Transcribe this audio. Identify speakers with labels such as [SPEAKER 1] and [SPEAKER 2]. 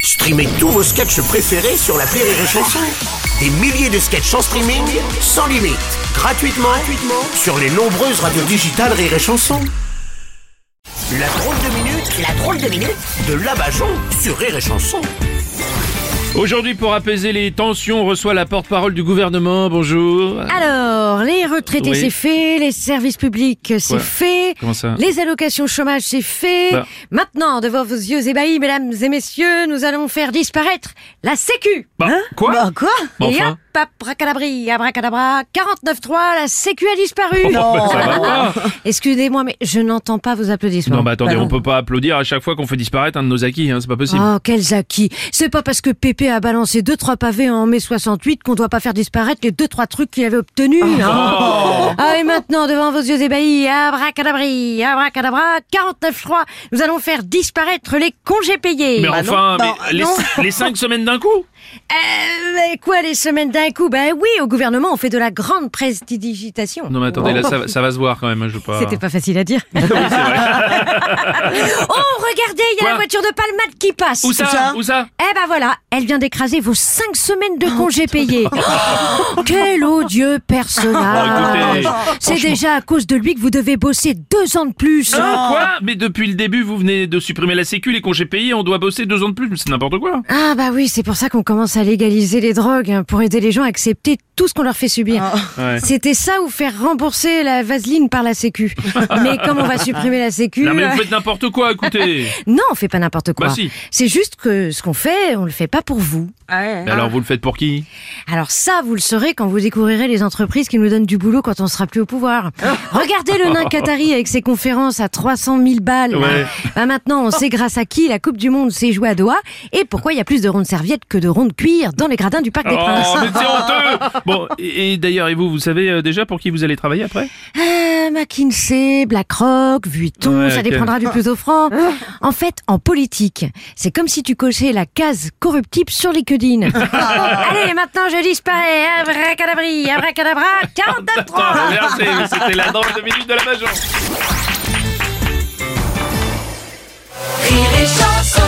[SPEAKER 1] Streamez tous vos sketchs préférés sur la Rire et Chanson. Des milliers de sketchs en streaming, sans limite, gratuitement, gratuitement sur les nombreuses radios digitales Rire et Chanson. La drôle de minute, la drôle de minute de Labajon sur Rire et Chanson.
[SPEAKER 2] Aujourd'hui, pour apaiser les tensions, on reçoit la porte-parole du gouvernement. Bonjour.
[SPEAKER 3] Alors, les retraités,
[SPEAKER 2] Oui.
[SPEAKER 3] c'est fait, les services publics, c'est
[SPEAKER 2] Quoi
[SPEAKER 3] fait,
[SPEAKER 2] Comment ça
[SPEAKER 3] les allocations chômage, c'est fait.
[SPEAKER 2] Bah.
[SPEAKER 3] Maintenant, devant vos yeux ébahis, mesdames et messieurs, nous allons faire disparaître la Sécu.
[SPEAKER 2] Bah, quoi
[SPEAKER 3] Bah, quoi
[SPEAKER 2] Bah,
[SPEAKER 3] Et
[SPEAKER 2] enfin.
[SPEAKER 3] hop, abracadabri, abracadabra, 49.3, la Sécu a disparu.
[SPEAKER 2] Oh, bah, ça va pas.
[SPEAKER 3] Excusez-moi, mais je n'entends pas vos applaudissements.
[SPEAKER 2] Non, mais attendez,
[SPEAKER 3] Bah,
[SPEAKER 2] on peut pas applaudir à chaque fois qu'on fait disparaître un de nos acquis, hein, c'est pas possible.
[SPEAKER 3] Oh, quels acquis C'est pas parce que Pépé a balancé deux trois pavés en mai 68 qu'on doit pas faire disparaître les deux trois trucs qu'il avait obtenus. hein.
[SPEAKER 2] Oh.
[SPEAKER 3] Ah et maintenant, devant vos yeux ébahis, abracadabri, abracadabra, 49.3, nous allons faire disparaître les congés payés.
[SPEAKER 2] Mais
[SPEAKER 3] Bah non,
[SPEAKER 2] enfin,
[SPEAKER 3] bah
[SPEAKER 2] mais les,
[SPEAKER 3] non.
[SPEAKER 2] les cinq semaines d'un coup
[SPEAKER 3] Euh, mais quoi, les semaines d'un coup Ben oui, au gouvernement, on fait de la grande prestidigitation.
[SPEAKER 2] Non, mais attendez, là, ça, va- ça va se voir quand même, hein, je veux pas.
[SPEAKER 3] Oh. C'était pas facile à dire. oh, regardez, il y a
[SPEAKER 2] Quoi
[SPEAKER 3] la voiture de Palmade qui passe.
[SPEAKER 2] Où ça Où ça
[SPEAKER 3] Eh ben voilà, elle vient d'écraser vos cinq semaines de congés payés. Quel odieux
[SPEAKER 2] Oh,
[SPEAKER 3] personnage
[SPEAKER 2] écoutez,
[SPEAKER 3] C'est déjà à cause de lui que vous devez bosser deux ans de plus.
[SPEAKER 2] Hein, Quoi Mais depuis le début, vous venez de supprimer la sécu, les congés payés, on doit bosser deux ans de plus, mais c'est n'importe quoi.
[SPEAKER 3] Ah bah oui, c'est pour ça qu'on commence à légaliser les drogues, hein, pour aider les gens à accepter tout ce qu'on leur fait subir.
[SPEAKER 2] Ah. Ouais.
[SPEAKER 3] C'était ça ou faire rembourser la vaseline par la sécu. Mais comme on va supprimer la sécu...
[SPEAKER 2] Non, mais
[SPEAKER 3] euh,
[SPEAKER 2] vous faites n'importe quoi, écoutez.
[SPEAKER 3] non, on fait pas n'importe quoi.
[SPEAKER 2] Bah si.
[SPEAKER 3] C'est juste que ce qu'on fait, on le fait pas pour vous.
[SPEAKER 2] Mais alors, vous le faites pour qui
[SPEAKER 3] Alors ça, vous le saurez quand vous découvrirez les entreprises qui nous donnent du boulot quand on sera plus au pouvoir. Regardez le nain Qatari avec ses conférences à 300 000 balles. là.
[SPEAKER 2] Ouais.
[SPEAKER 3] Bah maintenant, on sait grâce à qui la Coupe du Monde s'est jouée à Doha et pourquoi il y a plus de rondes serviettes que de rondes cuir dans les gradins du Parc des
[SPEAKER 2] Oh,
[SPEAKER 3] Princes.
[SPEAKER 2] mais c'est honteux Bon, et, et d'ailleurs, et vous, vous savez euh, déjà pour qui vous allez travailler après
[SPEAKER 3] Ah, McKinsey, BlackRock, Vuitton,
[SPEAKER 2] Ouais,
[SPEAKER 3] ça
[SPEAKER 2] ok. Ah.
[SPEAKER 3] dépendra du plus offrant. En fait, en politique, c'est comme si tu cochais la case corruptible sur LinkedIn. Allez, maintenant je disparais. Abracadabri, abracadabra, 49.3
[SPEAKER 2] Attends, merci, mais c'était la drôle de minute de la major.
[SPEAKER 4] Rire et chanson